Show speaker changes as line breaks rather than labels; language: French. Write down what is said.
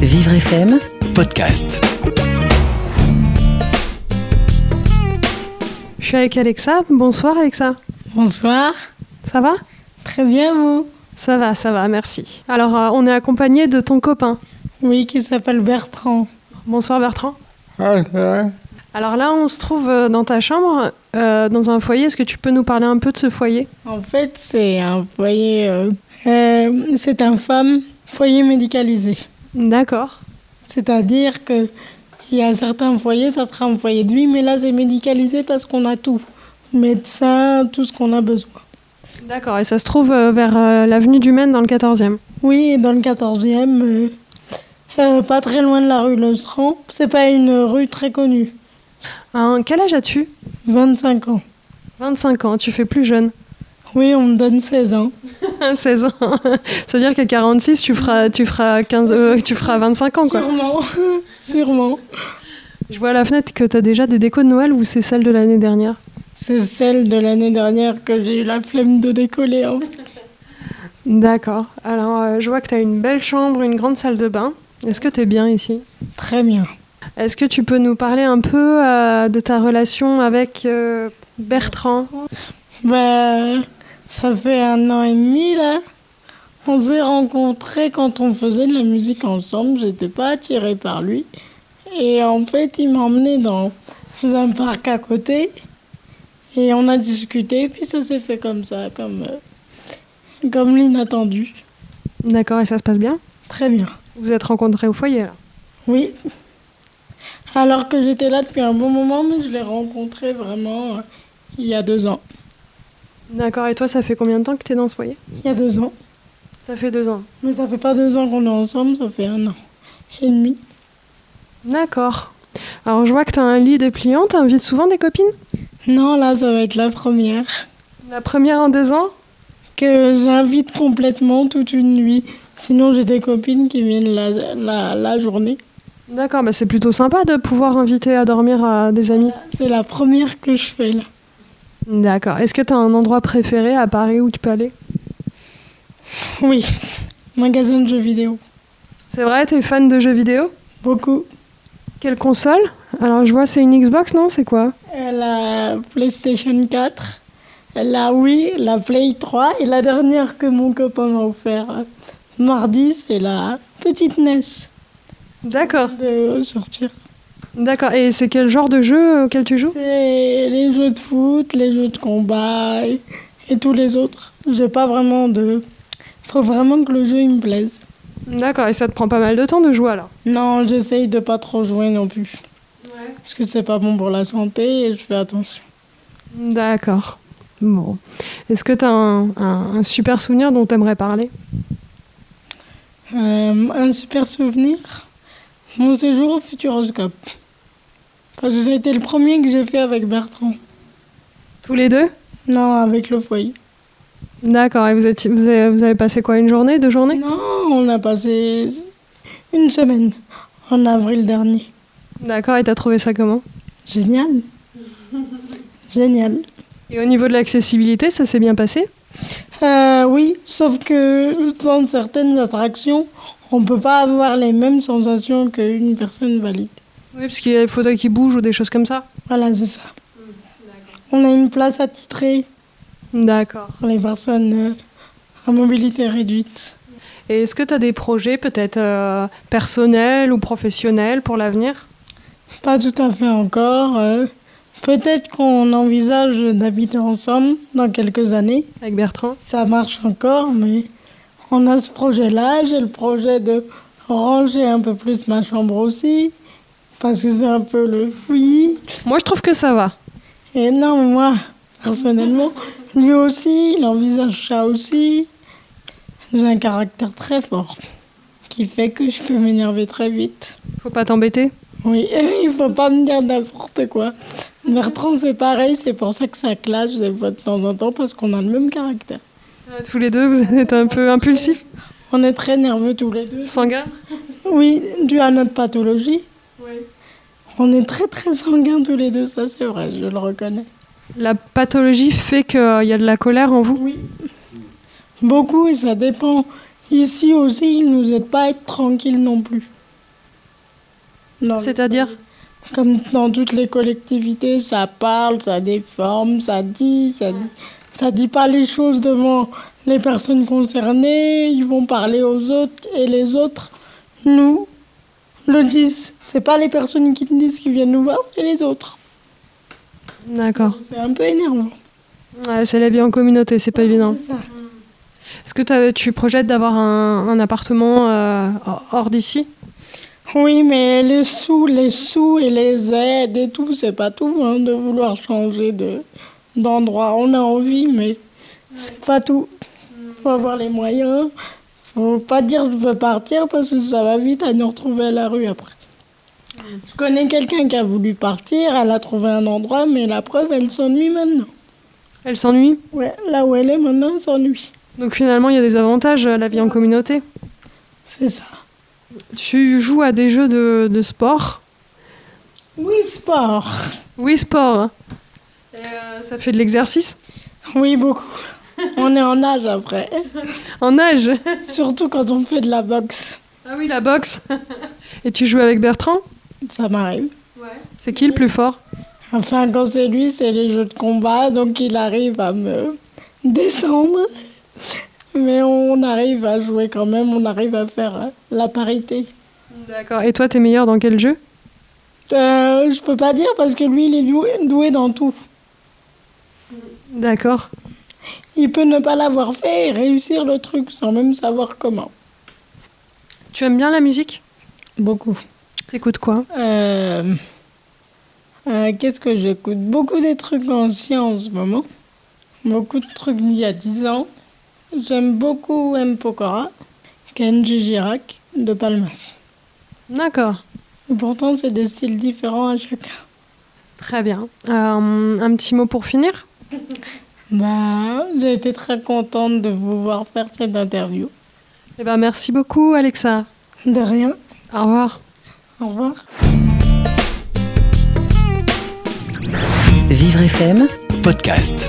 Vivre FM,
Podcast.
Je suis avec Alexa. Bonsoir Alexa.
Bonsoir,
Ça va
très bien vous
Ça va, ça va, merci. Alors, euh, on est accompagné de ton copain.
Oui, qui s'appelle Bertrand.
Bonsoir Bertrand.
Ah, c'est vrai
Alors là, on se trouve euh, dans ta chambre, euh, dans un foyer. Est-ce que tu peux nous parler un peu de ce foyer
En fait, c'est un foyer. euh, euh, c'est un femme foyer médicalisé.
D'accord.
C'est-à-dire que il y a certains foyers, ça sera un foyer de vie, mais là c'est médicalisé parce qu'on a tout. Médecin, tout ce qu'on a besoin.
D'accord, et ça se trouve euh, vers euh, l'avenue du Maine dans le 14e.
Oui, et dans le 14e, euh, euh, pas très loin de la rue Le Sran, c'est pas une rue très connue.
Hein, quel âge as-tu
25 ans.
25 ans, tu fais plus jeune.
Oui, on me donne 16 ans.
16 ans. ça veut dire qu'à 46, tu feras, tu, feras 15, euh, tu feras 25 ans, quoi.
Sûrement, sûrement.
Je vois à la fenêtre que tu as déjà des décos de Noël ou c'est celle de l'année dernière
C'est celle de l'année dernière que j'ai eu la flemme de décoller. hein. en fait.
D'accord. Alors, euh, je vois que tu as une belle chambre, une grande salle de bain. Est-ce que tu es bien ici
Très bien.
Est-ce que tu peux nous parler un peu euh, de ta relation avec euh, Bertrand
Bah, ça fait un an et demi là. On s'est rencontrés quand on faisait de la musique ensemble. J'étais pas attirée par lui. Et en fait, il m'a emmenée dans dans un parc à côté. Et on a discuté. Puis ça s'est fait comme ça, comme, euh, comme l'inattendu.
D'accord, et ça se passe bien
Très bien.
Vous vous êtes rencontrés au foyer, là
Oui. Alors que j'étais là depuis un bon moment, mais je l'ai rencontré vraiment euh, il y a deux ans.
D'accord, et toi, ça fait combien de temps que tu es dans ce foyer
Il y a deux ans.
Ça fait deux ans.
Mais ça fait pas deux ans qu'on est ensemble, ça fait un an et demi.
D'accord. Alors, je vois que tu as un lit dépliant, tu invites souvent des copines
Non, là, ça va être la première
La première en deux ans
que j'invite complètement toute une nuit. Sinon, j'ai des copines qui viennent la, la, la journée.
D'accord, bah c'est plutôt sympa de pouvoir inviter à dormir à des amis.
C'est la première que je fais là.
D'accord. Est-ce que tu as un endroit préféré à Paris où tu peux aller
Oui, magasin de jeux vidéo.
C'est vrai, t'es fan de jeux vidéo
Beaucoup.
Quelle console Alors je vois, c'est une Xbox, non C'est quoi
Euh, la PlayStation 4, la Wii, la Play 3 et la dernière que mon copain m'a offert euh, mardi, c'est la petite NES
D'accord.
de sortir.
D'accord. Et c'est quel genre de jeu auquel tu joues
C'est les jeux de foot, les jeux de combat et, et tous les autres. J'ai pas vraiment de. Faut vraiment que le jeu il me plaise.
D'accord. Et ça te prend pas mal de temps de jouer alors
Non, j'essaye de pas trop jouer non plus. Parce que c'est pas bon pour la santé et je fais attention.
D'accord. Bon. Est-ce que t'as un, un- un super souvenir dont t'aimerais parler
Euh, un super souvenir, mon séjour au Futuroscope. Parce que ça a été le premier que j'ai fait avec Bertrand.
Tous les deux
Non, avec le foyer.
D'accord. Et vous, êtes, vous, avez, vous avez passé quoi Une journée Deux journées
Non, on a passé une semaine en avril dernier.
D'accord. Et t'as trouvé ça comment
Génial. Génial.
Et au niveau de l'accessibilité, ça s'est bien passé
Euh, oui, sauf que dans certaines attractions, on peut pas avoir les mêmes sensations qu'une personne valide.
Oui, parce qu'il y a des fauteuils qui bougent ou des choses comme ça.
Voilà, c'est ça. On a une place attitrée
D'accord.
pour les personnes euh, à mobilité réduite.
Et est-ce que tu as des projets peut-être euh, personnels ou professionnels pour l'avenir
Pas tout à fait encore. euh, Peut-être qu'on envisage d'habiter ensemble dans quelques années.
avec Bertrand
Ça marche encore, mais on a ce projet-là. J'ai le projet de ranger un peu plus ma chambre aussi, parce que c'est un peu le fouillis.
Moi je trouve que ça va.
Et non, mais moi, personnellement, lui aussi, il envisage ça aussi. J'ai un caractère très fort, qui fait que je peux m'énerver très vite.
Faut pas t'embêter.
Oui, il faut pas me dire n'importe quoi. Bertrand, c'est pareil, c'est pour ça que ça clash des fois de temps en temps, parce qu'on a le même caractère.
Euh, Tous les deux, vous êtes un peu impulsifs,
On est très nerveux tous les deux.
sanguins.
Oui, dû à notre pathologie. On est très très sanguins tous les deux, ça c'est vrai, je le reconnais.
La euh, pathologie fait qu'il y a de la colère en vous.
Oui. Beaucoup et ça dépend. Ici aussi, ils nous aident pas à être tranquilles non plus. Non, mais
C'est-à-dire
comme dans toutes les collectivités, ça parle, ça déforme, ça dit, ça dit, ça dit pas les choses devant les personnes concernées. Ils vont parler aux autres et les autres nous le disent. C'est pas les personnes qui le disent qui viennent nous voir, c'est les autres.
D'accord.
C'est un peu énervant.
Ouais, c'est la vie en communauté, c'est pas évident.
C'est ça.
Est-ce que t'as- tu projettes d'avoir un, un appartement euh, hors d'ici
Oui, mais les sous, les sous et les aides et tout, c'est pas tout hein, de vouloir changer de d'endroit. On a envie, mais c'est pas tout. Faut avoir les moyens. Faut pas dire je veux partir parce que ça va vite à nous retrouver à la rue après. Je connais quelqu'un qui a voulu partir, elle a trouvé un endroit, mais la preuve, elle s'ennuie maintenant.
Elle s'ennuie
Ouais, là où elle est maintenant, elle s'ennuie.
Donc finalement, il y a des avantages à la vie en communauté.
C'est ça.
Tu joues à des jeux de, de sport.
Oui, sport.
Oui, sport. hein. Et, euh, ça fait de l'exercice.
Oui, beaucoup. On est en âge après.
En nage
Surtout quand on fait de la boxe,
Ah oui, la boxe. Et tu joues avec Bertrand
ça m'arrive.
C'est qui le plus fort
Enfin, quand c'est lui, c'est les jeux de combat, donc il arrive à me descendre. Mais on arrive à jouer quand même, on arrive à faire euh, la parité.
D'accord. Et toi, t'es meilleur dans quel jeu
Euh, je peux pas dire parce que lui, il est doué, doué dans tout.
D'accord.
Il peut ne pas l'avoir fait et réussir le truc sans même savoir comment.
Tu aimes bien la musique
Beaucoup.
T'écoutes quoi
Euh, euh, Qu'est-ce que j'écoute Beaucoup des trucs anciens en ce moment. Beaucoup de trucs d'il y a 10 ans. J'aime beaucoup M. Pokora, Kenji Girac, De Palmas.
D'accord.
Et pourtant, c'est des styles différents à chacun.
Très bien. Euh, un petit mot pour finir
Bah, j'ai été très contente de vous voir faire cette interview.
Eh ben, merci beaucoup, Alexa.
De rien.
Au revoir.
Au revoir.
Vivre FM
podcast.